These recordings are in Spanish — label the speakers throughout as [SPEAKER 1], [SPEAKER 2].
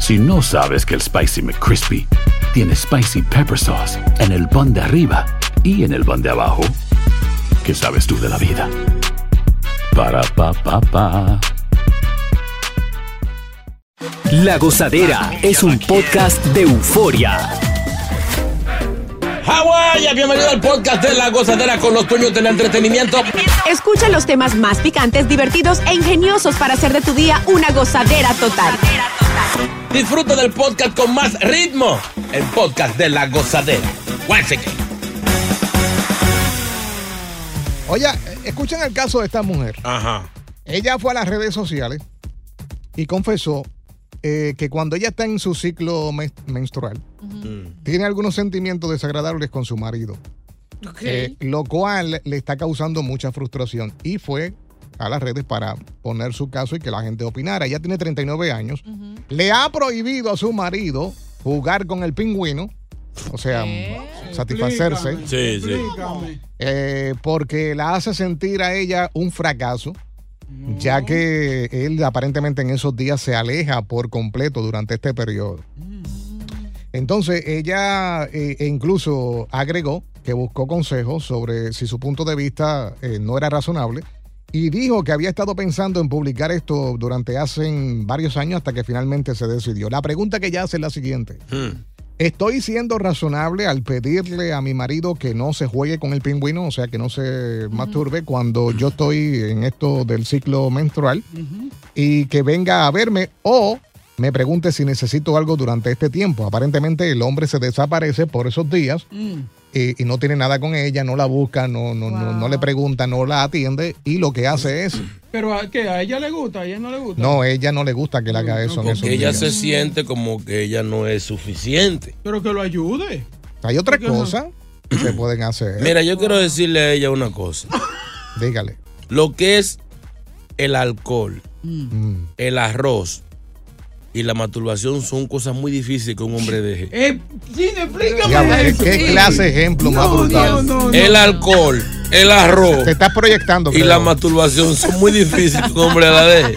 [SPEAKER 1] Si no sabes que el Spicy McCrispy tiene Spicy Pepper Sauce en el pan de arriba y en el pan de abajo, ¿qué sabes tú de la vida? Para, pa, pa, pa.
[SPEAKER 2] La Gozadera es un podcast de euforia.
[SPEAKER 3] Hawái, bienvenido al podcast de La Gozadera con los dueños del entretenimiento.
[SPEAKER 4] Escucha los temas más picantes, divertidos e ingeniosos para hacer de tu día una gozadera total.
[SPEAKER 3] Disfruta del podcast con más ritmo. El podcast de La Gozadera. Guáchate.
[SPEAKER 5] Oye, escuchen el caso de esta mujer.
[SPEAKER 3] Ajá.
[SPEAKER 5] Ella fue a las redes sociales y confesó eh, que cuando ella está en su ciclo mes- menstrual, tiene algunos sentimientos desagradables con su marido, eh, lo cual le está causando mucha frustración y fue a las redes para poner su caso y que la gente opinara. Ella tiene 39 años, le ha prohibido a su marido jugar con el pingüino, o sea, satisfacerse.
[SPEAKER 3] Sí, sí.
[SPEAKER 5] eh, porque la hace sentir a ella un fracaso, ya que él aparentemente en esos días se aleja por completo durante este periodo. Entonces ella eh, e incluso agregó que buscó consejos sobre si su punto de vista eh, no era razonable y dijo que había estado pensando en publicar esto durante hace varios años hasta que finalmente se decidió. La pregunta que ella hace es la siguiente.
[SPEAKER 3] Hmm.
[SPEAKER 5] ¿Estoy siendo razonable al pedirle a mi marido que no se juegue con el pingüino, o sea, que no se masturbe cuando yo estoy en esto del ciclo menstrual y que venga a verme o me pregunte si necesito algo durante este tiempo? Aparentemente el hombre se desaparece por esos días
[SPEAKER 6] Mm.
[SPEAKER 5] eh, y no tiene nada con ella, no la busca, no, no, no, no le pregunta, no la atiende y lo que hace es,
[SPEAKER 6] Pero a, ¿qué? ¿A ella le gusta? ¿A ella no le gusta?
[SPEAKER 5] no, ella no le gusta que le haga eso en esos
[SPEAKER 3] Mm, Porque ella
[SPEAKER 5] días.
[SPEAKER 3] se siente como que ella no es suficiente.
[SPEAKER 6] Pero que lo ayude.
[SPEAKER 5] Hay otras cosas que se pueden hacer,
[SPEAKER 3] Mira, yo quiero decirle a ella una cosa.
[SPEAKER 5] dígale.
[SPEAKER 3] Lo que es el alcohol,
[SPEAKER 5] Mm.
[SPEAKER 3] el arroz y la masturbación son cosas muy difíciles que un hombre deje.
[SPEAKER 6] Eh, Gino, explícame
[SPEAKER 5] Diablo, ¿qué,
[SPEAKER 6] eso.
[SPEAKER 5] qué
[SPEAKER 6] Sí.
[SPEAKER 5] clase de ejemplo más
[SPEAKER 6] No,
[SPEAKER 5] brutal?
[SPEAKER 6] no, no, no.
[SPEAKER 3] El alcohol, el arroz
[SPEAKER 5] Te estás proyectando.
[SPEAKER 3] y
[SPEAKER 5] creo.
[SPEAKER 3] la masturbación son muy difíciles que un hombre la deje.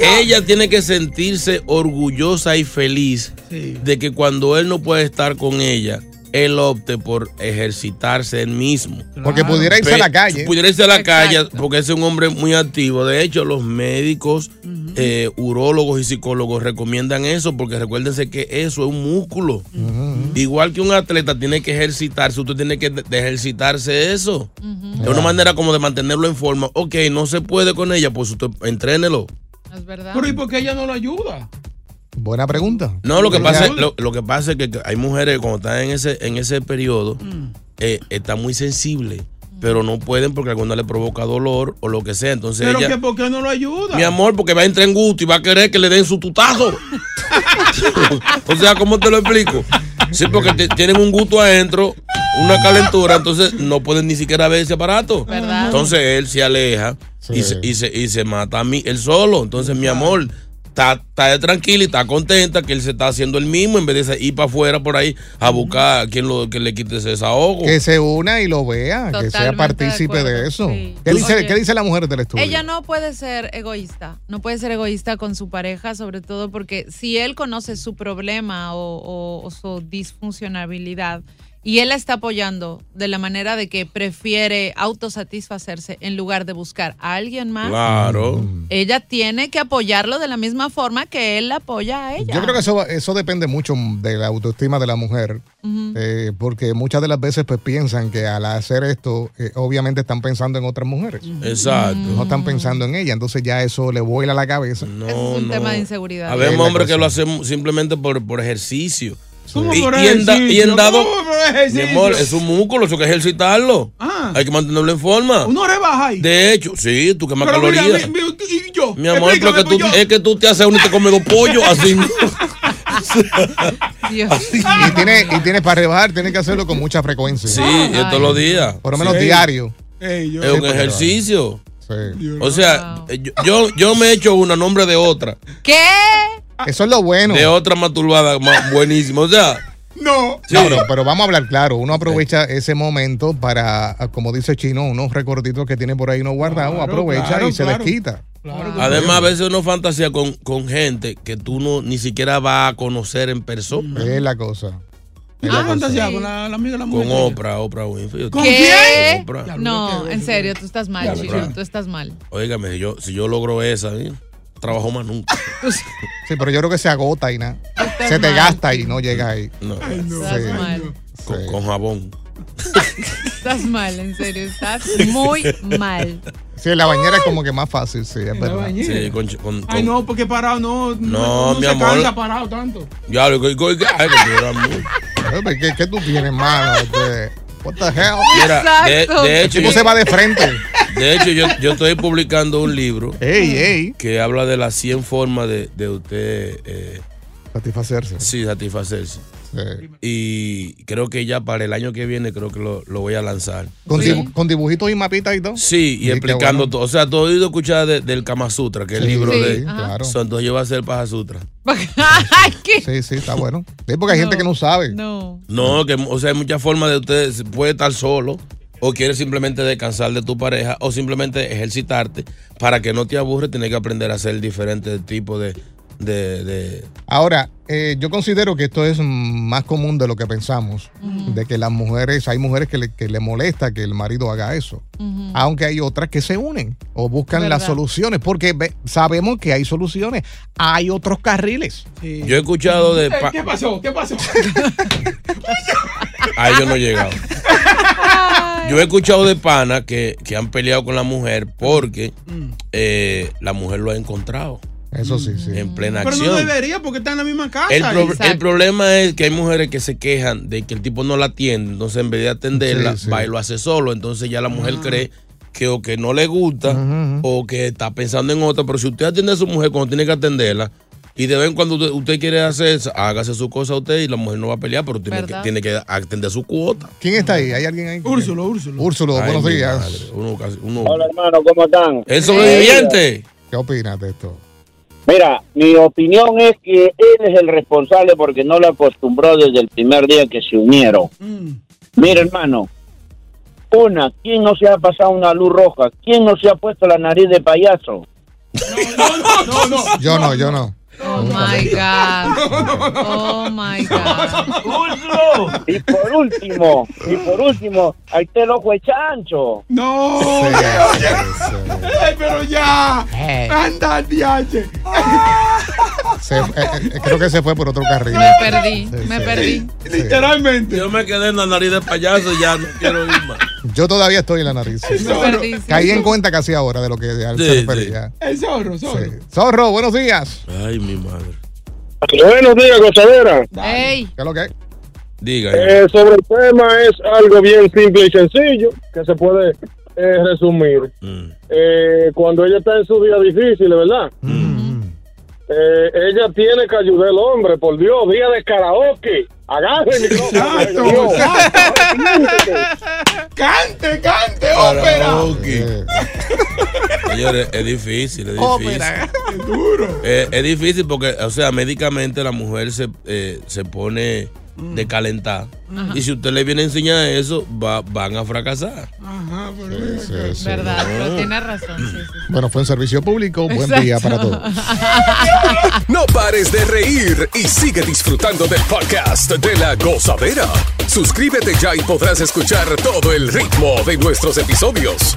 [SPEAKER 3] Ella tiene que sentirse orgullosa y feliz
[SPEAKER 6] Sí.
[SPEAKER 3] de que cuando él no puede estar con ella, él opte por ejercitarse él mismo.
[SPEAKER 5] Porque pudiera irse a la
[SPEAKER 3] Pe-
[SPEAKER 5] calle.
[SPEAKER 3] Pudiera irse a la calle porque ese es un hombre muy activo. De hecho, los médicos, eh, urólogos y psicólogos recomiendan eso porque recuérdense que eso es un músculo. Igual que un atleta tiene que ejercitarse, usted tiene que de- de ejercitarse eso. Es una manera como de mantenerlo en forma. Ok, no se puede con ella, pues usted entrénelo.
[SPEAKER 6] Pero ¿y por qué ella no lo ayuda?
[SPEAKER 5] Buena pregunta.
[SPEAKER 3] No, lo que
[SPEAKER 5] Ella-
[SPEAKER 3] pasa, es- lo, lo que pasa es que hay mujeres cuando están en ese, en ese periodo,
[SPEAKER 6] Mm.
[SPEAKER 3] eh, están muy sensibles, pero no pueden porque alguna le provoca dolor o lo que sea. Entonces
[SPEAKER 6] Pero
[SPEAKER 3] ella,
[SPEAKER 6] que ¿por qué no lo ayuda?
[SPEAKER 3] mi amor, porque va a entrar en gusto y va a querer que le den su tutazo. o sea, ¿cómo te lo explico? Sí, porque te- tienen un gusto adentro, una calentura, entonces no pueden ni siquiera ver ese aparato. Entonces él se aleja
[SPEAKER 5] Sí.
[SPEAKER 3] y, se, y, se, y se mata a mí él solo. Entonces, mi amor, está está tranquila y está contenta que él se está haciendo el mismo en vez de ir para afuera por ahí a buscar a quien lo, que le quite ese desahogo.
[SPEAKER 5] Que se una y lo vea, que
[SPEAKER 7] Totalmente
[SPEAKER 5] sea
[SPEAKER 7] de
[SPEAKER 5] partícipe de,
[SPEAKER 7] acuerdo,
[SPEAKER 5] eso.
[SPEAKER 7] sí.
[SPEAKER 5] ¿Qué, dice,
[SPEAKER 7] Oye.
[SPEAKER 5] ¿Qué dice la mujer del estudio?
[SPEAKER 7] Ella no puede ser egoísta, no puede ser egoísta con su pareja, sobre todo porque si él conoce su problema o, o- o su disfuncionabilidad y él la está apoyando de la manera de que prefiere autosatisfacerse en lugar de buscar a alguien más,
[SPEAKER 3] Claro.
[SPEAKER 5] Mm.
[SPEAKER 7] ella tiene que apoyarlo de la misma forma que él la apoya a ella.
[SPEAKER 5] Yo creo que eso, eso depende mucho de la autoestima de la mujer, eh, porque muchas de las veces pues piensan que al hacer esto, eh, obviamente están pensando en otras mujeres,
[SPEAKER 3] Exacto.
[SPEAKER 5] no están pensando en ella, entonces ya eso le vuela la cabeza.
[SPEAKER 3] No,
[SPEAKER 7] Ese es un
[SPEAKER 3] no.
[SPEAKER 7] tema de inseguridad.
[SPEAKER 3] Habemos
[SPEAKER 5] la
[SPEAKER 3] hombres que
[SPEAKER 5] cosa.
[SPEAKER 3] lo hacen simplemente por, por ejercicio.
[SPEAKER 6] ¿Cómo
[SPEAKER 3] Y,
[SPEAKER 6] por
[SPEAKER 3] y en da- y
[SPEAKER 6] ejercicio?
[SPEAKER 3] en dado.
[SPEAKER 6] ¿Cómo por
[SPEAKER 3] Mi
[SPEAKER 6] ejercicio?
[SPEAKER 3] amor, es un músculo, eso hay que ejercitarlo.
[SPEAKER 6] Ah.
[SPEAKER 3] Hay que mantenerlo en forma.
[SPEAKER 6] Uno rebaja ahí.
[SPEAKER 3] De hecho, sí, tú quemas
[SPEAKER 6] Pero mira,
[SPEAKER 3] calorías.
[SPEAKER 6] mi- mi- y yo.
[SPEAKER 3] Mi amor, pero
[SPEAKER 6] Explícame,
[SPEAKER 3] que tú,
[SPEAKER 6] pues, yo-
[SPEAKER 3] es que tú te haces uno y te comes dos pollos así. no.
[SPEAKER 7] Dios.
[SPEAKER 5] Y tiene, y tiene para rebajar, tiene que hacerlo con mucha frecuencia.
[SPEAKER 3] Sí, y es todos los días.
[SPEAKER 5] Por lo menos
[SPEAKER 6] Sí.
[SPEAKER 5] diario.
[SPEAKER 6] Ey, yo-
[SPEAKER 3] Es un ejercicio.
[SPEAKER 5] Sí.
[SPEAKER 6] yo-
[SPEAKER 3] O sea, eh, yo, yo, yo me he hecho una a nombre de otra.
[SPEAKER 7] ¿Qué?
[SPEAKER 5] Eso es lo bueno.
[SPEAKER 3] De otra masturbada ma- buenísima. O sea,
[SPEAKER 6] No.
[SPEAKER 3] sí.
[SPEAKER 5] No, no, pero vamos a hablar claro. Uno aprovecha ese momento para, ah, como dice Chino, unos recorditos que tiene por ahí no guardados,
[SPEAKER 6] Claro,
[SPEAKER 5] aprovecha
[SPEAKER 6] claro,
[SPEAKER 5] y se
[SPEAKER 6] claro.
[SPEAKER 5] les quita.
[SPEAKER 6] Claro que-
[SPEAKER 3] Además, a veces uno fantasía con, con gente que tú no ni siquiera vas a conocer en persona.
[SPEAKER 5] Es la cosa.
[SPEAKER 6] Yo
[SPEAKER 7] Ah,
[SPEAKER 6] fantaseaba
[SPEAKER 7] sí.
[SPEAKER 6] con la, la amiga de la mujer.
[SPEAKER 3] Con
[SPEAKER 6] tuya.
[SPEAKER 3] Oprah, Oprah Winfrey.
[SPEAKER 6] ¿Con
[SPEAKER 7] ¿Qué?
[SPEAKER 3] Con Oprah.
[SPEAKER 7] No, en serio, tú estás mal, Chino. Tú estás mal.
[SPEAKER 3] Óigame, si yo, si yo logro esa, ¿eh? trabajo más nunca.
[SPEAKER 5] Sí, pero yo creo que se agota y nada.
[SPEAKER 7] Estás
[SPEAKER 5] Se te
[SPEAKER 7] mal.
[SPEAKER 5] gasta y no llega ahí.
[SPEAKER 3] No,
[SPEAKER 7] Estás
[SPEAKER 5] Sí.
[SPEAKER 7] mal.
[SPEAKER 3] con,
[SPEAKER 5] Sí.
[SPEAKER 3] con jabón.
[SPEAKER 7] Estás mal, en serio. Estás muy mal.
[SPEAKER 5] Sí, en la bañera es como que más fácil, sí, es
[SPEAKER 6] En la
[SPEAKER 5] verdad.
[SPEAKER 6] bañera.
[SPEAKER 3] Sí, con, con-
[SPEAKER 6] Ay,
[SPEAKER 3] con-
[SPEAKER 6] no, porque parado no. no
[SPEAKER 3] No, mi
[SPEAKER 6] se
[SPEAKER 3] amor.
[SPEAKER 6] cansa parado tanto.
[SPEAKER 3] Ya, lo que- que- que- ay, que me da mucho.
[SPEAKER 5] Pero, Eh, pues, ¿Qué, qué tú tienes, mano? Este, What the hell?
[SPEAKER 3] Mira, de,
[SPEAKER 7] Exacto.
[SPEAKER 3] de
[SPEAKER 5] El
[SPEAKER 3] hecho,
[SPEAKER 5] tipo
[SPEAKER 3] yo,
[SPEAKER 5] se va de frente.
[SPEAKER 3] de hecho yo, yo estoy publicando un libro
[SPEAKER 5] Ey, ey.
[SPEAKER 3] que habla de las 100 formas de, de usted eh,
[SPEAKER 5] Satisfacerse.
[SPEAKER 3] sí, satisfacerse.
[SPEAKER 5] sí.
[SPEAKER 3] Y creo que ya para el año que viene creo que lo, lo voy a lanzar.
[SPEAKER 5] Con,
[SPEAKER 7] Sí.
[SPEAKER 5] dibu- con dibujitos y mapitas y todo.
[SPEAKER 3] Sí, y
[SPEAKER 5] qué
[SPEAKER 3] explicando
[SPEAKER 5] bueno.
[SPEAKER 3] todo. O sea, todo he ido a escuchar de- del Kama Sutra, que es el
[SPEAKER 5] Sí,
[SPEAKER 3] libro
[SPEAKER 5] sí,
[SPEAKER 3] de...
[SPEAKER 7] ajá.
[SPEAKER 5] claro.
[SPEAKER 3] So, entonces yo voy a hacer Paja Sutra.
[SPEAKER 7] Ay, ¿qué?
[SPEAKER 5] Sí, sí, está bueno. Sí, porque hay gente que no sabe.
[SPEAKER 7] No.
[SPEAKER 3] No, que o sea, hay muchas formas de ustedes puede estar solo o quieres simplemente descansar de tu pareja o simplemente ejercitarte para que no te aburre tienes que aprender a hacer diferentes tipos de de, de-
[SPEAKER 5] Ahora, eh, yo considero que esto es mm, más común de lo que pensamos, de que las mujeres, hay mujeres que le, que le molesta que el marido haga eso, aunque hay otras que se unen o buscan las
[SPEAKER 7] ¿Verdad?
[SPEAKER 5] soluciones, porque ve- sabemos que hay soluciones, hay otros carriles.
[SPEAKER 6] Sí.
[SPEAKER 3] Yo he escuchado de
[SPEAKER 6] Eh,
[SPEAKER 3] pa-
[SPEAKER 6] ¿Qué pasó? ¿Qué pasó?
[SPEAKER 3] Ahí yo no he llegado. Yo he escuchado de pana que, que han peleado con la mujer porque
[SPEAKER 6] Mm.
[SPEAKER 3] eh, la mujer lo ha encontrado
[SPEAKER 5] Eso sí, sí.
[SPEAKER 3] en plena
[SPEAKER 6] Pero
[SPEAKER 3] acción.
[SPEAKER 6] no debería porque está en la misma casa.
[SPEAKER 3] El, pro-
[SPEAKER 6] y-
[SPEAKER 7] Exacto.
[SPEAKER 3] el problema es que hay mujeres que se quejan de que el tipo no la atiende, entonces en vez de atenderla,
[SPEAKER 5] Sí, sí.
[SPEAKER 3] va y lo hace solo. Entonces ya la
[SPEAKER 7] Ah.
[SPEAKER 3] mujer cree que o que no le gusta o que está pensando en otra. Pero si usted atiende a su mujer cuando tiene que atenderla y de vez en cuando usted, usted quiere hacer, eso, hágase su cosa usted y la mujer no va a pelear, pero tiene, que,
[SPEAKER 7] ¿Verdad?
[SPEAKER 3] tiene que atender su cuota.
[SPEAKER 5] ¿Quién está ahí? ¿Hay alguien ahí?
[SPEAKER 6] Úrsulo, Úrsulo.
[SPEAKER 5] Úrsulo,
[SPEAKER 3] Ay,
[SPEAKER 5] buenos
[SPEAKER 3] mi
[SPEAKER 5] días.
[SPEAKER 3] madre, uno casi- uno-
[SPEAKER 8] Hola hermano, ¿cómo están? Eh,
[SPEAKER 3] ¡El sobreviviente!
[SPEAKER 5] ¿Qué opinas de esto?
[SPEAKER 8] Mira, mi opinión es que él es el responsable porque no lo acostumbró desde el primer día que se unieron.
[SPEAKER 6] Mm.
[SPEAKER 8] Mira hermano, una, ¿quién no se ha pasado una luz roja? ¿Quién no se ha puesto la nariz de payaso?
[SPEAKER 6] No, no.
[SPEAKER 5] Yo no, yo no.
[SPEAKER 7] Oh my God. Oh my God.
[SPEAKER 8] Y por último, y por último, ahí está el ojo de chancho.
[SPEAKER 6] No.
[SPEAKER 5] Sí, sí, sí.
[SPEAKER 6] Ay, pero ya.
[SPEAKER 5] Ey.
[SPEAKER 6] Anda, DH.
[SPEAKER 5] Se- eh, eh, creo que se fue por otro carril.
[SPEAKER 7] Me perdí. Me
[SPEAKER 5] sí.
[SPEAKER 7] perdí.
[SPEAKER 5] Sí.
[SPEAKER 6] Literalmente.
[SPEAKER 3] Yo me quedé en la nariz de payaso y ya no quiero ir más.
[SPEAKER 5] Yo todavía estoy en la nariz. sí.
[SPEAKER 7] Me perdí. sí.
[SPEAKER 5] Caí en cuenta casi ahora de lo que al
[SPEAKER 3] Sí,
[SPEAKER 5] se
[SPEAKER 3] sí.
[SPEAKER 5] refería.
[SPEAKER 6] El zorro, zorro.
[SPEAKER 5] Sí. Zorro, buenos días.
[SPEAKER 3] Ay, mi madre.
[SPEAKER 8] Buenos días, gozadera.
[SPEAKER 7] Ey.
[SPEAKER 5] ¿Qué es lo que es?
[SPEAKER 3] Diga.
[SPEAKER 8] Eh, sobre el tema es algo bien simple y sencillo que se puede eh, resumir.
[SPEAKER 3] Mm.
[SPEAKER 8] Eh, cuando ella está en su día difícil, ¿verdad?
[SPEAKER 3] Mm.
[SPEAKER 8] Eh, ella tiene que ayudar al hombre, por Dios, día de karaoke. Agarre el micrófono.
[SPEAKER 6] Exacto,
[SPEAKER 8] Dios.
[SPEAKER 6] Cante, cante, ópera.
[SPEAKER 3] Karaoke.
[SPEAKER 5] Eh,
[SPEAKER 3] Señores, es difícil, es difícil.
[SPEAKER 6] Es duro.
[SPEAKER 3] Eh, es difícil porque, o sea, médicamente la mujer se, eh, se pone
[SPEAKER 5] Mm.
[SPEAKER 3] de calentar. Y si usted le viene a enseñar eso, va- van a fracasar.
[SPEAKER 6] Ajá, pero.
[SPEAKER 5] sí, sí.
[SPEAKER 7] Verdad, pero tienes razón. sí, sí, sí.
[SPEAKER 5] Bueno, fue un servicio público. Buen día para todos.
[SPEAKER 2] No pares de reír y sigue disfrutando del podcast de la gozadera. Suscríbete ya y podrás escuchar todo el ritmo de nuestros episodios.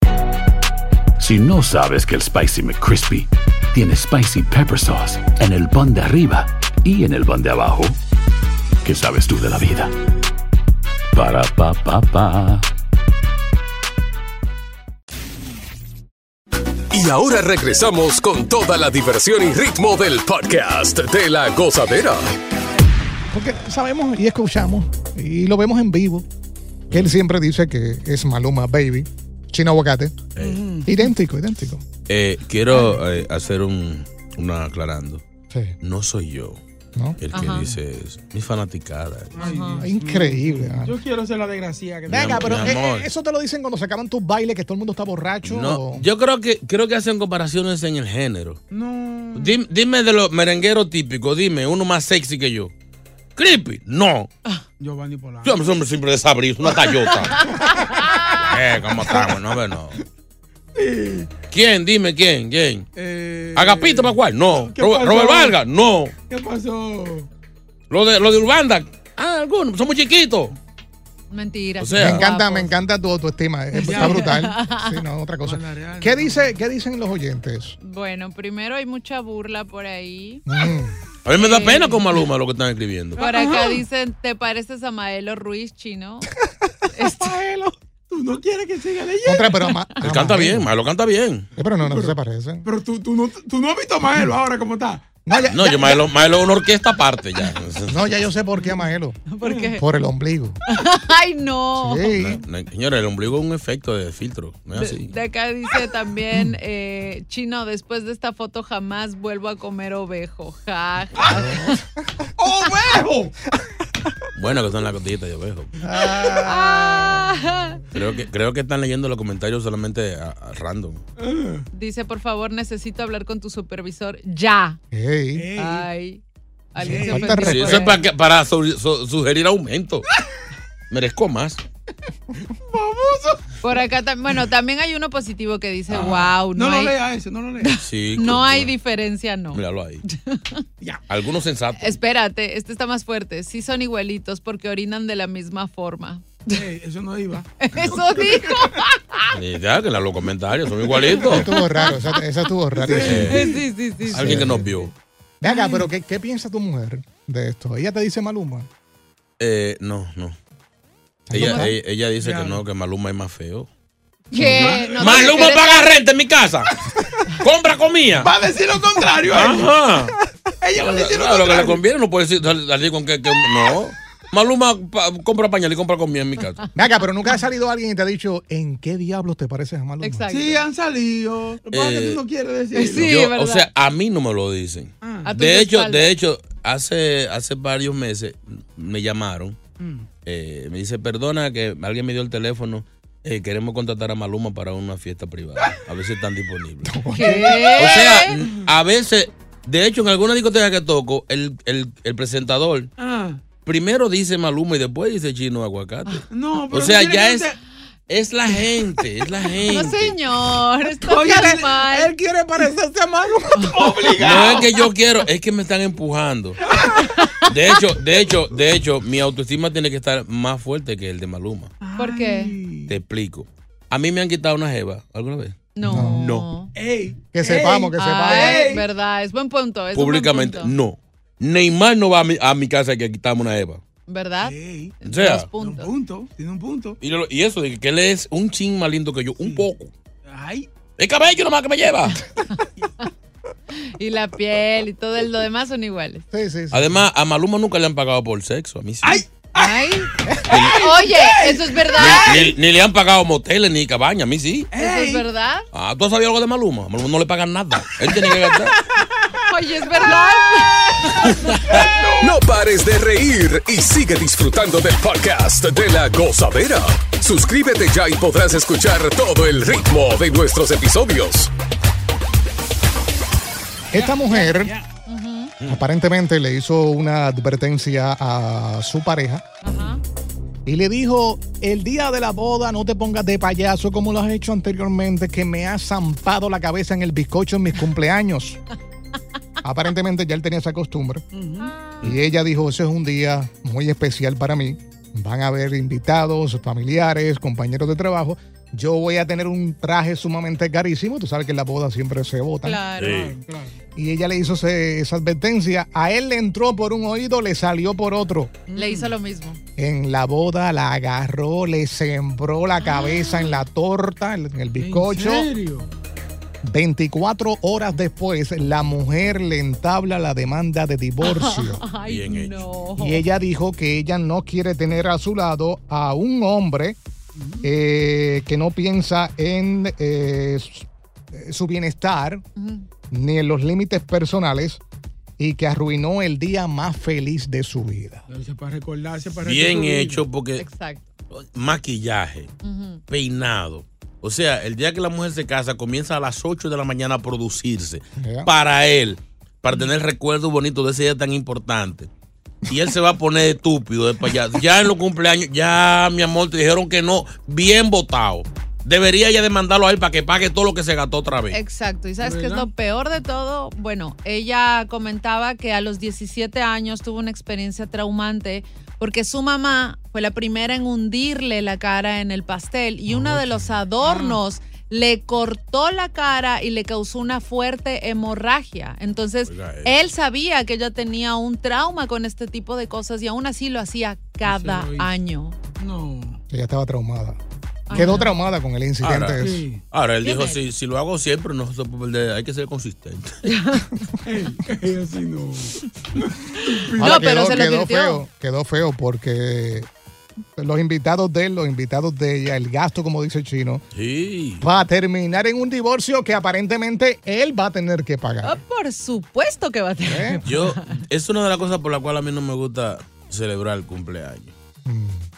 [SPEAKER 1] Si no sabes que el Spicy McCrispy tiene spicy pepper sauce en el pan de arriba y en el pan de abajo, ¿qué sabes tú de la vida? Para pa pa pa.
[SPEAKER 2] Y ahora regresamos con toda la diversión y ritmo del podcast de la gozadera.
[SPEAKER 5] Porque sabemos y escuchamos y lo vemos en vivo. Que él siempre dice que es Maluma Baby, Chino Aguacate. Idéntico, idéntico.
[SPEAKER 3] Eh, quiero eh, hacer un, una aclarando.
[SPEAKER 5] Sí.
[SPEAKER 3] No soy yo
[SPEAKER 5] ¿No?
[SPEAKER 3] el que
[SPEAKER 6] Ajá.
[SPEAKER 3] dice eso. Mi fanaticada.
[SPEAKER 5] Increíble. Ana.
[SPEAKER 6] Yo quiero ser la desgracia. Que
[SPEAKER 5] Venga,
[SPEAKER 3] Mi
[SPEAKER 5] pero
[SPEAKER 3] amor.
[SPEAKER 5] eh, eh, eso te lo dicen cuando se acaban tus bailes, que todo el mundo está borracho.
[SPEAKER 3] No, yo creo que creo que hacen comparaciones en el género.
[SPEAKER 6] No.
[SPEAKER 3] Dim- Dime, de los merengueros típicos, dime, uno más sexy que yo. Creepy, no.
[SPEAKER 6] Giovanni Polanco.
[SPEAKER 3] Yo hombre, siempre desabrido, una tallota. eh, ¿cómo estamos? No, hombre, no. ¿Quién? Dime quién, quién.
[SPEAKER 6] Eh,
[SPEAKER 3] Agapito Macual, no.
[SPEAKER 6] ¿Qué
[SPEAKER 3] Robert,
[SPEAKER 6] pasó?
[SPEAKER 3] Robert Vargas, no.
[SPEAKER 6] ¿Qué pasó?
[SPEAKER 3] Lo de, lo de Urbanda, ah, algunos, somos chiquitos.
[SPEAKER 7] Mentira.
[SPEAKER 3] O
[SPEAKER 7] sí,
[SPEAKER 3] sea-
[SPEAKER 5] me encanta,
[SPEAKER 7] guapo.
[SPEAKER 5] me encanta tu autoestima. eh, Está brutal. Sí, no, otra cosa.
[SPEAKER 6] Bailarear,
[SPEAKER 5] ¿Qué,
[SPEAKER 6] no.
[SPEAKER 5] dice, ¿Qué dicen los oyentes?
[SPEAKER 7] Ah, Bueno, primero hay mucha burla por ahí.
[SPEAKER 5] Mm.
[SPEAKER 3] A mí me da
[SPEAKER 7] Eh.
[SPEAKER 3] pena con Maluma lo que están escribiendo.
[SPEAKER 7] Por
[SPEAKER 5] Ah.
[SPEAKER 7] acá dicen, ¿te pareces a Maelo Ruiz, chino? Este-
[SPEAKER 6] Paelo, tú no quieres que siga leyendo.
[SPEAKER 5] Contra, pero ama-
[SPEAKER 3] Él canta
[SPEAKER 5] ama-
[SPEAKER 3] bien, Malo canta bien.
[SPEAKER 5] Eh, Pero no, no se parecen.
[SPEAKER 6] Pero tú, tú, no, tú no has visto a Maelo ahora cómo está.
[SPEAKER 5] No, ya,
[SPEAKER 3] No,
[SPEAKER 5] ya-
[SPEAKER 3] yo Maelo, Maelo es una orquesta aparte ya.
[SPEAKER 5] no, ya yo sé por qué ama Elo.
[SPEAKER 7] ¿Por qué?
[SPEAKER 5] Por el ombligo.
[SPEAKER 7] Ay, no.
[SPEAKER 5] Sí.
[SPEAKER 3] No, Señores, el ombligo es un efecto de filtro, no es
[SPEAKER 7] De,
[SPEAKER 3] así.
[SPEAKER 7] de acá dice también, eh, chino, después de esta foto jamás vuelvo a comer ovejo. Ja, ja.
[SPEAKER 5] Ah.
[SPEAKER 6] ¡Ovejo!
[SPEAKER 3] Bueno, que son las costillitas de ovejo.
[SPEAKER 7] Ah.
[SPEAKER 3] Creo que, creo que están leyendo los comentarios solamente a- a random.
[SPEAKER 7] Dice, por favor, necesito hablar con tu supervisor ya.
[SPEAKER 5] Ey.
[SPEAKER 7] Ay. Alguien
[SPEAKER 5] Sí,
[SPEAKER 7] se
[SPEAKER 5] falta de
[SPEAKER 7] ofendió
[SPEAKER 3] Sí,
[SPEAKER 7] por
[SPEAKER 3] eso es
[SPEAKER 7] ahí.
[SPEAKER 3] para, que- para su- su- sugerir aumento. Merezco más.
[SPEAKER 7] Por acá también, bueno, también hay uno positivo que dice,
[SPEAKER 3] Ah.
[SPEAKER 7] wow, no,
[SPEAKER 6] No lo
[SPEAKER 7] hay,
[SPEAKER 6] lea ese, no lo lea.
[SPEAKER 3] Sí,
[SPEAKER 7] no hay
[SPEAKER 3] cultura.
[SPEAKER 7] diferencia, no.
[SPEAKER 3] Míralo ahí.
[SPEAKER 6] Ya.
[SPEAKER 3] Algunos sensatos.
[SPEAKER 7] Espérate, este está más fuerte. Sí son igualitos porque orinan de la misma forma.
[SPEAKER 6] Ey, eso no iba.
[SPEAKER 7] Eso dijo.
[SPEAKER 3] Y Ya, que en los comentarios son igualitos.
[SPEAKER 5] Estuvo raro, esa, esa estuvo raro.
[SPEAKER 7] Sí, sí, sí, sí.
[SPEAKER 3] Alguien que nos vio.
[SPEAKER 5] Venga, pero ¿qué, ¿qué piensa tu mujer de esto? Ella te dice Maluma.
[SPEAKER 3] Eh, no, no.
[SPEAKER 5] ¿Cómo
[SPEAKER 3] Ella,
[SPEAKER 5] no?
[SPEAKER 3] ella, ella dice que no, que Maluma es más feo.
[SPEAKER 7] ¿Qué? No te
[SPEAKER 3] Maluma
[SPEAKER 7] refieres-
[SPEAKER 3] paga renta en mi casa. Compra comida.
[SPEAKER 6] Va a decir lo contrario. a él.
[SPEAKER 3] Ajá.
[SPEAKER 6] Ella va a decir lo
[SPEAKER 3] Claro, lo que le
[SPEAKER 6] contrario.
[SPEAKER 3] conviene no puede decir, sal- salir con que, que- no. Maluma pa- compra pañal y compra comida en mi casa.
[SPEAKER 5] Venga, pero nunca ha salido alguien y te ha dicho, ¿en qué diablos te pareces a Maluma?
[SPEAKER 7] Exacto.
[SPEAKER 6] Sí, han salido. Lo que pasa es que
[SPEAKER 3] Eh,
[SPEAKER 6] tú no quieres decir.
[SPEAKER 7] Sí,
[SPEAKER 3] Yo,
[SPEAKER 7] verdad. Ah,
[SPEAKER 3] o sea, a mí no me lo dicen.
[SPEAKER 6] Ah.
[SPEAKER 7] A tus
[SPEAKER 3] De hecho,
[SPEAKER 7] espaldas.
[SPEAKER 3] de hecho, hace, hace varios meses me llamaron.
[SPEAKER 6] Mm.
[SPEAKER 3] eh, me dice, perdona que alguien me dio el teléfono. eh, queremos contratar a Maluma para una fiesta privada. A veces están disponibles.
[SPEAKER 7] ¿Qué?
[SPEAKER 3] O sea, n- a veces, de hecho, en alguna discoteca que toco, el, el- el presentador
[SPEAKER 6] Ah,
[SPEAKER 3] primero dice Maluma y después dice chino aguacate.
[SPEAKER 6] no,
[SPEAKER 3] O
[SPEAKER 6] pero
[SPEAKER 3] sea,
[SPEAKER 6] tú tienes
[SPEAKER 3] ya
[SPEAKER 6] que
[SPEAKER 3] es,
[SPEAKER 6] hacer-
[SPEAKER 3] es la gente, es la gente.
[SPEAKER 7] No, señor. Está
[SPEAKER 6] Oye,
[SPEAKER 7] bien
[SPEAKER 6] él,
[SPEAKER 7] mal.
[SPEAKER 6] él quiere parecerse a Maluma.
[SPEAKER 3] No
[SPEAKER 6] Obligado.
[SPEAKER 3] es que yo quiero, es que me están empujando. De hecho, de hecho, de hecho, mi autoestima tiene que estar más fuerte que el de Maluma.
[SPEAKER 7] ¿Por qué?
[SPEAKER 6] Ay.
[SPEAKER 3] Te explico. A mí me han quitado una jeva alguna vez.
[SPEAKER 7] No.
[SPEAKER 3] No.
[SPEAKER 6] Ey,
[SPEAKER 5] Que sepamos, que sepamos.
[SPEAKER 7] Ay,
[SPEAKER 6] Ey.
[SPEAKER 7] verdad, es buen punto. es un buen
[SPEAKER 3] Públicamente,
[SPEAKER 7] punto.
[SPEAKER 3] no. Neymar no va a mi, a mi casa que quitamos una jeva.
[SPEAKER 7] ¿Verdad?
[SPEAKER 6] ey.
[SPEAKER 3] O
[SPEAKER 7] Dos
[SPEAKER 3] sea,
[SPEAKER 6] Tiene un
[SPEAKER 7] puntos.
[SPEAKER 6] punto, tiene un punto.
[SPEAKER 3] Y, lo- y eso de que él es un chin más lindo que yo, un poco.
[SPEAKER 6] Ay,
[SPEAKER 3] El cabello nomás que me lleva.
[SPEAKER 7] Y la piel y todo el- lo demás son iguales.
[SPEAKER 5] Sí, sí, sí.
[SPEAKER 3] Además, a Maluma nunca le han pagado por sexo. A mí sí.
[SPEAKER 6] ay.
[SPEAKER 7] Ay. Oye, eso es verdad.
[SPEAKER 3] Ni, ni- ni le han pagado moteles ni cabañas. A mí sí.
[SPEAKER 7] Eso es
[SPEAKER 6] Ey.
[SPEAKER 7] verdad.
[SPEAKER 3] Ah, ¿tú has sabido algo de Maluma? A Maluma no le pagan nada. Él tiene que gastar.
[SPEAKER 7] Oye, es verdad.
[SPEAKER 2] No pares de reír y sigue disfrutando del podcast de la gozadera. Suscríbete ya y podrás escuchar todo el ritmo de nuestros episodios.
[SPEAKER 5] Esta mujer aparentemente le hizo una advertencia a su pareja
[SPEAKER 7] Ajá.
[SPEAKER 5] y le dijo, el día de la boda no te pongas de payaso como lo has hecho anteriormente, que me has zampado la cabeza en el bizcocho en mis cumpleaños. aparentemente ya él tenía esa costumbre.
[SPEAKER 7] Ah,
[SPEAKER 6] Ah.
[SPEAKER 7] Mm.
[SPEAKER 5] Y ella dijo, ese es un día muy especial para mí. Van a haber invitados, familiares, compañeros de trabajo. Yo voy a tener un traje sumamente carísimo. Tú sabes que en la boda siempre se botan.
[SPEAKER 7] Claro.
[SPEAKER 5] Y ella le hizo ese- esa advertencia. A él le entró por un oído, le salió por otro.
[SPEAKER 7] Le hizo lo mismo.
[SPEAKER 5] En la boda la agarró, le sembró la cabeza en la torta, en el bizcocho.
[SPEAKER 6] ¿En serio?
[SPEAKER 5] 24 horas después, la mujer le entabla la demanda de divorcio.
[SPEAKER 7] Ay,
[SPEAKER 3] Bien hecho.
[SPEAKER 7] no.
[SPEAKER 5] Y ella dijo que ella no quiere tener a su lado a un hombre eh, que no piensa en eh, su- eh, su bienestar
[SPEAKER 7] Ujú.
[SPEAKER 5] ni en los límites personales y que arruinó el día más feliz de su vida.
[SPEAKER 6] Lo hice para recordarse, para
[SPEAKER 3] Bien
[SPEAKER 6] recordar.
[SPEAKER 3] hecho porque
[SPEAKER 7] Exacto.
[SPEAKER 3] maquillaje,
[SPEAKER 7] Ujú.
[SPEAKER 3] peinado. O sea, el día que la mujer se casa comienza a las 8 de la mañana a producirse
[SPEAKER 5] Ya.
[SPEAKER 3] para él, para tener recuerdos bonitos de ese día tan importante. Y él se va a poner estúpido de payaso. Ya en los cumpleaños, ya mi amor, te dijeron que no, bien votado. Debería ya demandarlo a él para que pague todo lo que se gastó otra vez.
[SPEAKER 7] Exacto. ¿Y sabes qué es
[SPEAKER 6] ¿Verdad?
[SPEAKER 7] lo peor de todo? Bueno, ella comentaba que a los 17 años tuvo una experiencia traumante porque su mamá fue la primera en hundirle la cara en el pastel y uno de los adornos le cortó la cara y le causó una fuerte hemorragia. Entonces,
[SPEAKER 3] Oiga, eso.
[SPEAKER 7] él sabía que ella tenía un trauma con este tipo de cosas y aún así lo hacía cada
[SPEAKER 6] hizo.
[SPEAKER 7] año.
[SPEAKER 6] No.
[SPEAKER 5] Ella estaba traumada. Quedó
[SPEAKER 7] Ajá.
[SPEAKER 5] traumada con el incidente.
[SPEAKER 3] Ahora,
[SPEAKER 5] ese.
[SPEAKER 6] Sí.
[SPEAKER 3] Ahora, él
[SPEAKER 7] ¿Quién
[SPEAKER 3] dijo,
[SPEAKER 7] es?
[SPEAKER 3] si, si lo hago siempre, no se puede perder, hay que ser consistente.
[SPEAKER 6] Ey, ey, así no.
[SPEAKER 5] Ahora,
[SPEAKER 7] No, pero se lo
[SPEAKER 5] quedó
[SPEAKER 7] advirtió.
[SPEAKER 5] feo, quedó feo porque los invitados de él, los invitados de ella, el gasto, como dice el chino,
[SPEAKER 3] Sí.
[SPEAKER 5] va a terminar en un divorcio que aparentemente él va a tener que
[SPEAKER 7] Ah,
[SPEAKER 5] pagar.
[SPEAKER 7] por supuesto que va a tener.
[SPEAKER 5] ¿eh?
[SPEAKER 3] Yo, es una de las cosas por la cual a mí no me gusta celebrar el cumpleaños.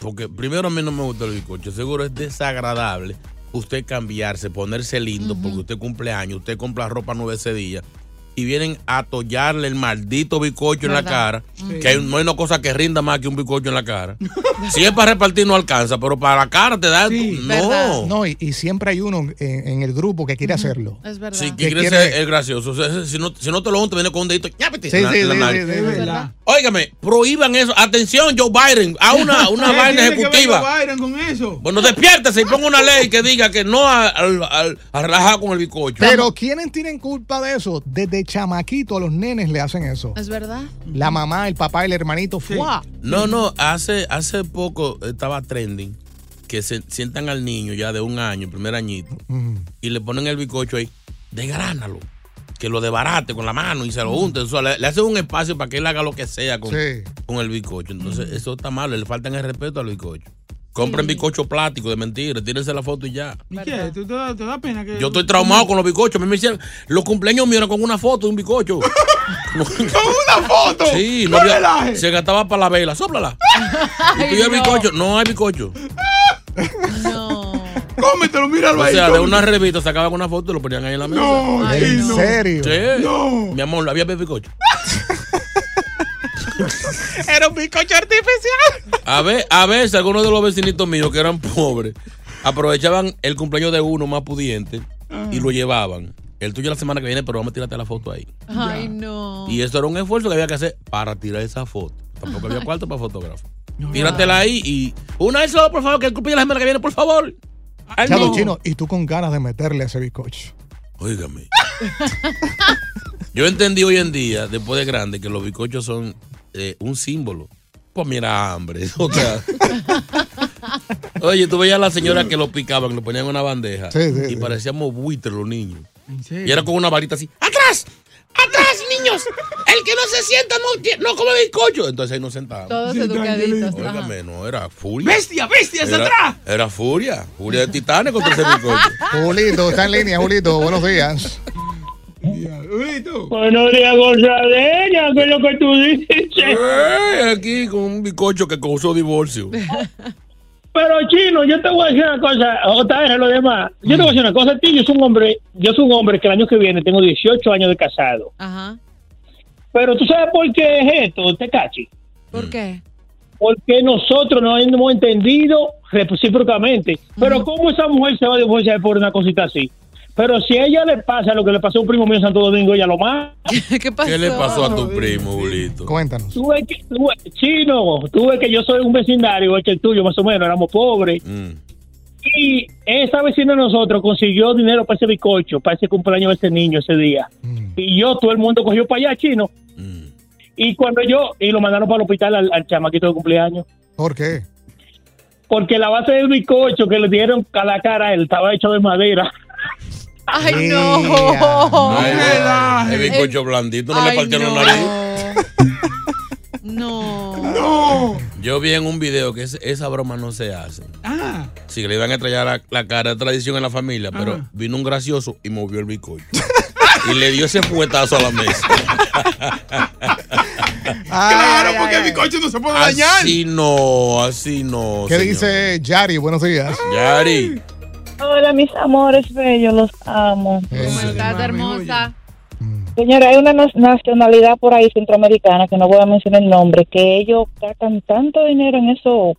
[SPEAKER 3] Porque primero a mí no me gusta el bizcocho. Seguro es desagradable usted cambiarse, ponerse lindo, porque usted cumpleaños, usted compra ropa nueve ese día. Y vienen a atollarle el maldito bizcocho en la
[SPEAKER 7] ¿Verdad?
[SPEAKER 3] cara. Que hay- no hay una cosa que rinda más que un bizcocho en la cara. si es para repartir, no alcanza, pero para la cara te da.
[SPEAKER 6] Sí,
[SPEAKER 3] no.
[SPEAKER 7] ¿verdad?
[SPEAKER 5] No, y, y siempre hay uno en, en el grupo que quiere hacerlo.
[SPEAKER 7] Es verdad.
[SPEAKER 3] Si
[SPEAKER 5] ¿Qué
[SPEAKER 3] quieres
[SPEAKER 5] quiere?
[SPEAKER 3] ser es gracioso. O sea, si, no, si no te lo juntas, viene con un dedito. ñápete,
[SPEAKER 5] Sí,
[SPEAKER 3] en la-
[SPEAKER 5] sí,
[SPEAKER 3] en la
[SPEAKER 5] sí,
[SPEAKER 3] nariz.
[SPEAKER 5] sí,
[SPEAKER 6] Es
[SPEAKER 5] sí.
[SPEAKER 6] verdad.
[SPEAKER 3] Óigame, prohíban eso. Atención, Joe Biden, a una, una
[SPEAKER 6] ¿Qué
[SPEAKER 3] vaina
[SPEAKER 6] tiene que ver Joe
[SPEAKER 3] ejecutiva.
[SPEAKER 6] Biden con eso?
[SPEAKER 3] Bueno, despiértese y ponga una ley que diga que no a, al- al- a relajar con el bizcocho.
[SPEAKER 5] Pero ¿quiénes tienen culpa de eso? Desde chamaquito a los nenes le hacen eso.
[SPEAKER 7] Es verdad.
[SPEAKER 5] La mamá, el papá, el hermanito, ¡fua!
[SPEAKER 3] No, no, hace, hace poco estaba trending que se sientan al niño ya de un año, primer añito, y le ponen el bizcocho ahí, desgránalo. Que lo debarate con la mano y se lo unten. O sea, le, le hacen un espacio para que él haga lo que sea con,
[SPEAKER 5] Sí.
[SPEAKER 3] con el bizcocho. Entonces, eso está malo. Le faltan el respeto al bizcocho. Compren bizcocho plástico de mentira. Tírense la foto y ya.
[SPEAKER 6] ¿Y
[SPEAKER 7] Verdad.
[SPEAKER 6] qué? ¿Tú te da, te da pena que.?
[SPEAKER 3] Yo estoy traumado con los bizcochos. A mí me hicieron. Los cumpleaños míos eran con una foto de un bizcocho.
[SPEAKER 6] ¡Con una foto!
[SPEAKER 3] sí, no
[SPEAKER 6] ¡No
[SPEAKER 3] había-
[SPEAKER 6] relajes!
[SPEAKER 3] Se gastaba para la vela. Sóplala.
[SPEAKER 7] Ay,
[SPEAKER 3] Y tú ya
[SPEAKER 7] no.
[SPEAKER 3] bizcocho. No hay bizcocho.
[SPEAKER 7] No.
[SPEAKER 6] Cómetelo, míralo
[SPEAKER 3] O
[SPEAKER 6] ahí.
[SPEAKER 3] sea, de
[SPEAKER 6] cómetelo.
[SPEAKER 3] una revista sacaban una foto y lo ponían ahí en la mesa.
[SPEAKER 6] No,
[SPEAKER 7] Ay,
[SPEAKER 5] ¿En
[SPEAKER 6] sí, no.
[SPEAKER 5] serio?
[SPEAKER 3] Sí.
[SPEAKER 6] No.
[SPEAKER 3] Mi amor, había bizcocho.
[SPEAKER 6] Era un bizcocho artificial.
[SPEAKER 3] A, ve- a veces algunos de los vecinitos míos que eran pobres aprovechaban el cumpleaños de uno más pudiente y lo llevaban. El tuyo la semana que viene, pero vamos a tirarte la foto ahí.
[SPEAKER 7] Ay, no.
[SPEAKER 3] Y eso era un esfuerzo que había que hacer para tirar esa foto. Tampoco había cuarto para fotógrafo. Tíratela ahí y una vez solo, por favor, que el cumpleaños la semana que viene, por favor. Ay,
[SPEAKER 5] Chalo,
[SPEAKER 3] no.
[SPEAKER 5] chino, y tú con ganas de meterle ese bizcocho.
[SPEAKER 3] Óigame. Yo entendí hoy en día, después de grande, que los bizcochos son eh, un símbolo. Pues mira, hambre. O sea, Oye, tú veías a la señora que lo picaban, que lo ponían en una bandeja.
[SPEAKER 5] Sí, sí,
[SPEAKER 3] y
[SPEAKER 5] sí.
[SPEAKER 3] parecíamos buitres los niños.
[SPEAKER 6] ¿En
[SPEAKER 3] Y era
[SPEAKER 6] serio?
[SPEAKER 3] con una varita así. "¡Ah, ¡Atrás! ¡Atrás, niños! El que no se sienta no, tie- no come bizcocho. Entonces ahí nos sentábamos.
[SPEAKER 7] Todos
[SPEAKER 6] Sí,
[SPEAKER 7] educaditos.
[SPEAKER 6] tranquilito.
[SPEAKER 7] ajá.
[SPEAKER 3] Óigame, no, era furia.
[SPEAKER 6] ¡Bestia, bestia, hacia atrás!
[SPEAKER 3] Era, era furia. Furia de titanes contra ese bizcocho.
[SPEAKER 5] Julito, está en línea, Julito. Buenos días.
[SPEAKER 6] Diablito.
[SPEAKER 8] Buenos días, gozadera, que es lo que tú dices.
[SPEAKER 3] Ey, aquí con un bizcocho que causó divorcio.
[SPEAKER 9] Pero chino, yo te voy a decir una cosa, JR, lo demás. Yo te voy a decir una cosa, tío, yo soy un hombre, yo soy un hombre que el año que viene tengo 18 años de casado.
[SPEAKER 7] Ajá.
[SPEAKER 9] Pero tú sabes por qué es esto, te cachi.
[SPEAKER 7] ¿Por qué?
[SPEAKER 9] Porque nosotros no hemos entendido recíprocamente. Pero ¿cómo esa mujer se va a divorciar por una cosita así? Pero si a ella le pasa lo que le pasó a un primo mío en Santo Domingo, ella lo mata.
[SPEAKER 7] ¿Qué pasó?
[SPEAKER 3] ¿Qué le pasó a tu primo, Bulito?
[SPEAKER 5] Cuéntanos.
[SPEAKER 9] Tú ves que, tú ves- chino, tú ves que yo soy un vecindario, igual que el tuyo, más o menos, éramos pobres. Y esa vecina de nosotros consiguió dinero para ese bizcocho, para ese cumpleaños de ese niño ese día.
[SPEAKER 5] Mm.
[SPEAKER 9] Y yo, todo el mundo cogió para allá, chino. Y cuando yo, y lo mandaron para el hospital al, al chamaquito de cumpleaños.
[SPEAKER 5] ¿Por qué?
[SPEAKER 9] Porque la base del bizcocho que le dieron a la cara, a él estaba hecho de madera.
[SPEAKER 7] Ay, Eh,
[SPEAKER 5] Ea.
[SPEAKER 7] no.
[SPEAKER 3] Ay,
[SPEAKER 6] relaje.
[SPEAKER 3] El bizcocho blandito, no le
[SPEAKER 7] Oh. Ay,
[SPEAKER 3] partieron
[SPEAKER 7] no.
[SPEAKER 3] la nariz.
[SPEAKER 7] No.
[SPEAKER 6] No.
[SPEAKER 3] Yo vi en un video que es- esa broma no se hace.
[SPEAKER 6] Ah.
[SPEAKER 3] Sí, que le iban a estrellar la, la cara de tradición en la familia, pero vino un gracioso y movió el bizcocho. y le dio ese fuetazo a la mesa.
[SPEAKER 6] Claro,
[SPEAKER 5] Ay,
[SPEAKER 6] porque
[SPEAKER 5] ay,
[SPEAKER 6] mi coche no se puede dañar.
[SPEAKER 3] así no, así no.
[SPEAKER 5] ay. ¿Qué dice Yari? Buenos días.
[SPEAKER 3] Yari.
[SPEAKER 10] Hola, mis amores bellos, los amo.
[SPEAKER 7] ¿Cómo
[SPEAKER 5] Eso.
[SPEAKER 7] estás, hermosa?
[SPEAKER 10] Señora, hay una na- nacionalidad por ahí centroamericana que no voy a mencionar el nombre, que ellos gastan tanto dinero en eso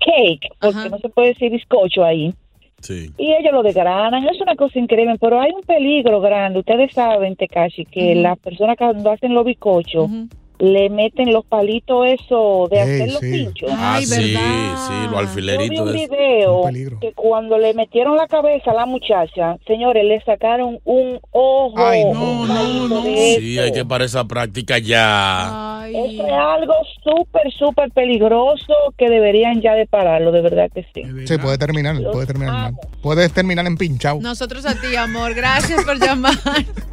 [SPEAKER 10] cake, porque
[SPEAKER 7] Ajá.
[SPEAKER 10] no se puede decir bizcocho ahí.
[SPEAKER 3] Sí.
[SPEAKER 10] Y ellos lo desgranan, es una cosa increíble, pero hay un peligro grande. Ustedes saben, Tekashi, que
[SPEAKER 7] Ujú.
[SPEAKER 10] las personas cuando hacen los bizcochos
[SPEAKER 7] Ujú.
[SPEAKER 10] le meten los palitos eso de
[SPEAKER 5] Ey,
[SPEAKER 10] hacer los
[SPEAKER 5] sí.
[SPEAKER 10] pinchos.
[SPEAKER 3] Ah,
[SPEAKER 7] Ay,
[SPEAKER 3] sí,
[SPEAKER 7] ¿verdad?
[SPEAKER 3] sí, lo
[SPEAKER 10] Yo vi
[SPEAKER 3] alfilerito.
[SPEAKER 10] un
[SPEAKER 3] ese.
[SPEAKER 10] video
[SPEAKER 5] Un peligro.
[SPEAKER 10] que cuando le metieron la cabeza a la muchacha, señores, le sacaron un ojo.
[SPEAKER 5] Ay,
[SPEAKER 6] no, no, no.
[SPEAKER 10] de
[SPEAKER 3] Sí,
[SPEAKER 10] eso.
[SPEAKER 3] hay que parar esa práctica ya.
[SPEAKER 9] Ah.
[SPEAKER 7] Ay.
[SPEAKER 10] Eso es algo súper, súper peligroso que deberían ya de pararlo, de verdad que sí.
[SPEAKER 5] Sí, puede terminar, puede terminar mal. Puedes terminar en pinchado.
[SPEAKER 7] Nosotros a ti, amor. Gracias por llamar.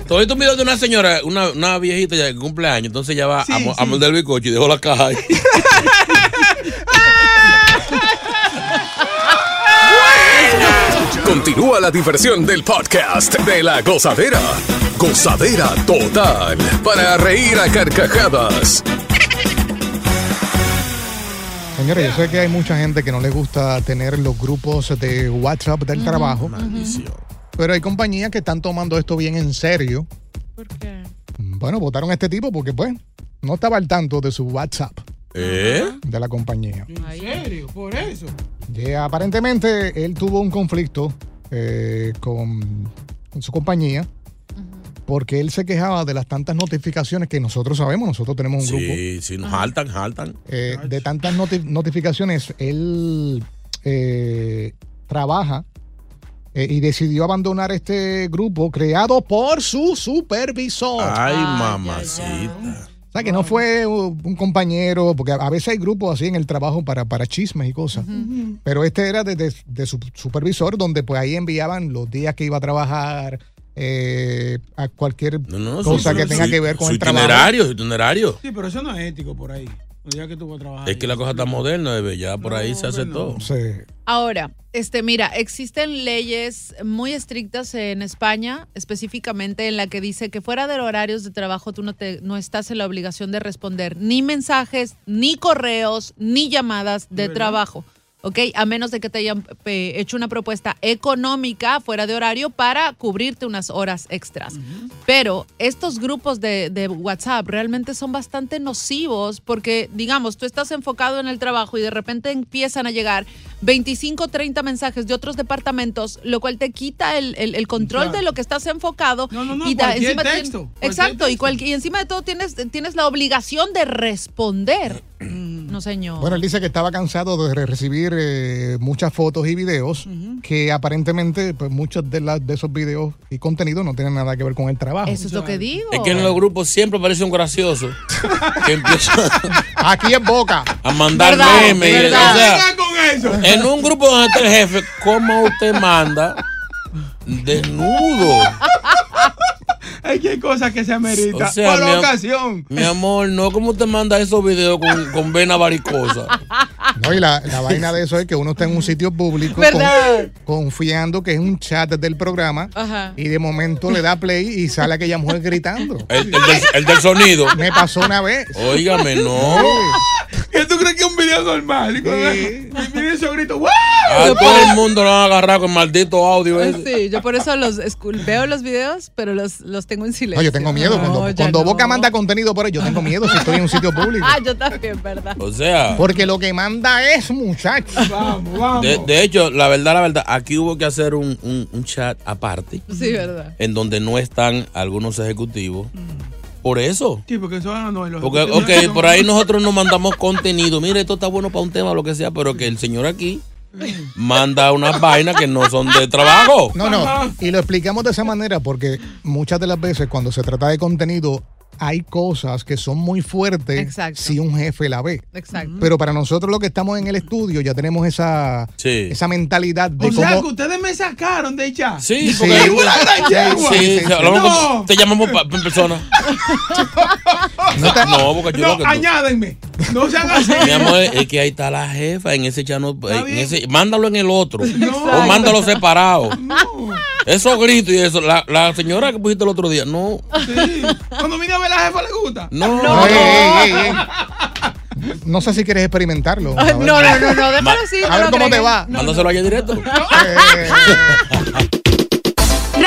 [SPEAKER 3] Todo esto video de una señora, una, una viejita ya que cumple años, entonces ya va
[SPEAKER 6] Sí,
[SPEAKER 3] a, mo- a
[SPEAKER 6] sí.
[SPEAKER 3] morder el bizcocho y dejó la caja ahí.
[SPEAKER 2] Continúa la diversión del podcast de la gozadera. Gozadera total. Para reír a carcajadas.
[SPEAKER 5] Señores, yo sé que hay mucha gente que no les gusta tener los grupos de WhatsApp del trabajo,
[SPEAKER 3] Maldición.
[SPEAKER 5] pero hay compañías que están tomando esto bien en serio.
[SPEAKER 7] ¿Por qué?
[SPEAKER 5] Bueno, votaron a este tipo porque, pues, no estaba al tanto de su WhatsApp
[SPEAKER 3] ¿Eh?
[SPEAKER 5] de la compañía.
[SPEAKER 6] ¿En serio? Por eso.
[SPEAKER 5] Y aparentemente, él tuvo un conflicto eh, con, con su compañía porque él se quejaba de las tantas notificaciones que nosotros sabemos, nosotros tenemos un grupo.
[SPEAKER 3] Sí, sí, nos jaltan, jaltan.
[SPEAKER 5] Eh, de tantas noti- notificaciones, él eh, trabaja eh, y decidió abandonar este grupo creado por su supervisor.
[SPEAKER 7] ya,
[SPEAKER 3] Ay,
[SPEAKER 6] Ah,
[SPEAKER 3] mamacita.
[SPEAKER 5] O sea, que no fue uh, un compañero, porque a- a veces hay grupos así en el trabajo para, para chismes y cosas. Pero este era de, de- de su supervisor, donde pues ahí enviaban los días que iba a trabajar, eh, a cualquier
[SPEAKER 3] No, no,
[SPEAKER 5] cosa
[SPEAKER 3] su-
[SPEAKER 5] que
[SPEAKER 3] su-
[SPEAKER 5] tenga que ver con
[SPEAKER 3] su
[SPEAKER 5] el trabajo.
[SPEAKER 3] itinerario, su itinerario.
[SPEAKER 6] Sí, pero eso no es ético por ahí. No digas que tú vas a trabajar.
[SPEAKER 3] Es que la cosa está moderna, bebé. Ya por ahí se hace todo.
[SPEAKER 5] Sí.
[SPEAKER 7] Ahora, este, mira, existen leyes muy estrictas en España, específicamente en la que dice que fuera de los horarios de trabajo tú no te no estás en la obligación de responder ni mensajes, ni correos, ni llamadas de trabajo. ¿Ok? A menos de que te hayan eh, hecho una propuesta económica fuera de horario para cubrirte unas horas extras. Pero estos grupos de, de WhatsApp realmente son bastante nocivos porque, digamos, tú estás enfocado en el trabajo y de repente empiezan a llegar 25, 30 mensajes de otros departamentos, lo cual te quita el, el- el control
[SPEAKER 6] Claro.
[SPEAKER 7] de lo que estás enfocado.
[SPEAKER 6] No, no, no,
[SPEAKER 7] da-
[SPEAKER 6] cualquier
[SPEAKER 7] tien-
[SPEAKER 6] texto, cualquier
[SPEAKER 7] exacto, y,
[SPEAKER 6] texto.
[SPEAKER 7] cualquier- y encima de todo tienes, tienes la obligación de responder. No, señor.
[SPEAKER 5] Bueno, él dice que estaba cansado de re- recibir eh, muchas fotos y videos que aparentemente pues, muchos de, las de esos videos y contenido no tienen nada que ver con el trabajo.
[SPEAKER 7] Eso es lo que digo.
[SPEAKER 3] Es que en los grupos siempre aparece un gracioso que empieza
[SPEAKER 5] Aquí en Boca.
[SPEAKER 3] a mandar
[SPEAKER 7] Verdad,
[SPEAKER 3] memes. y-
[SPEAKER 7] verdad.
[SPEAKER 3] O sea, eh,
[SPEAKER 6] Venga con eso.
[SPEAKER 3] en un grupo donde está el jefe, ¿cómo usted manda? Desnudo.
[SPEAKER 6] Es que hay cosas que se ameritan.
[SPEAKER 3] O sea,
[SPEAKER 6] por
[SPEAKER 3] mi am-
[SPEAKER 6] ocasión.
[SPEAKER 3] Mi amor, no, ¿cómo te manda esos videos con, con vena varicosa?
[SPEAKER 5] No, y la, la vaina de eso es que uno está en un sitio público con-
[SPEAKER 7] ¿Verdad?
[SPEAKER 5] confiando que es un chat del programa
[SPEAKER 7] Ajá.
[SPEAKER 5] y de momento le da play y sale aquella mujer gritando.
[SPEAKER 3] El, el del, el del sonido.
[SPEAKER 5] Me pasó una vez.
[SPEAKER 3] Oh. Óigame, no.
[SPEAKER 6] ¿Qué tú crees que es un video normal? Y cuando- y Miren esos gritos. ¡Wow!
[SPEAKER 3] A todo el mundo lo han agarrado con maldito audio. ese.
[SPEAKER 7] Sí, yo por eso los escul- veo los videos, pero los, los tengo en silencio.
[SPEAKER 5] No, yo tengo miedo.
[SPEAKER 7] No,
[SPEAKER 5] cuando
[SPEAKER 7] ya
[SPEAKER 5] cuando
[SPEAKER 7] no.
[SPEAKER 5] Boca manda contenido por ahí, yo tengo miedo si estoy en un sitio público.
[SPEAKER 7] Ah, yo también, ¿verdad?
[SPEAKER 3] O sea,
[SPEAKER 5] Porque lo que manda es, muchachos. Vamos, vamos.
[SPEAKER 3] de, de hecho, la verdad, la verdad, aquí hubo que hacer un, un- un chat aparte
[SPEAKER 6] Sí, verdad.
[SPEAKER 3] en donde no están algunos ejecutivos. Por eso.
[SPEAKER 6] Sí, porque eso ah, Mm. no los
[SPEAKER 3] Porque,
[SPEAKER 6] ejecutivos
[SPEAKER 3] ok,
[SPEAKER 6] no-
[SPEAKER 3] por ahí nosotros nos mandamos contenido. Mire, esto está bueno para un tema o lo que sea, pero que el señor aquí manda unas vainas que no son de trabajo.
[SPEAKER 5] No, no. Y lo explicamos de esa manera porque muchas de las veces cuando se trata de contenido hay cosas que son muy fuertes si un jefe la ve.
[SPEAKER 7] Exacto.
[SPEAKER 5] Pero para nosotros los que estamos en el estudio ya tenemos esa, esa mentalidad de
[SPEAKER 6] O sea, que
[SPEAKER 5] cómo...
[SPEAKER 6] ustedes me sacaron de ya.
[SPEAKER 3] Sí,
[SPEAKER 5] porque-
[SPEAKER 6] Sí, una gran
[SPEAKER 5] Sí,
[SPEAKER 6] yegua.
[SPEAKER 3] Sí, sí, sí, hablamos
[SPEAKER 6] No.
[SPEAKER 3] con- te llamamos pa- en persona.
[SPEAKER 5] No,
[SPEAKER 3] porque yo
[SPEAKER 6] No,
[SPEAKER 3] lo que tú-
[SPEAKER 6] añádenme. No sean así.
[SPEAKER 3] Mi amor, es que ahí está la jefa en ese chano. eh, en ese- mándalo en el otro. O mándalo separado. Esos gritos y eso. La, la señora que pusiste el otro día. No,
[SPEAKER 6] Sí. Cuando vine a ver la jefa le gusta.
[SPEAKER 3] no.
[SPEAKER 5] No, ey, ey, ey, ey. No sé si quieres experimentarlo. A ver.
[SPEAKER 6] déjalo
[SPEAKER 5] A ver cómo te va.
[SPEAKER 3] Mándaselo allá directo.
[SPEAKER 5] Eh,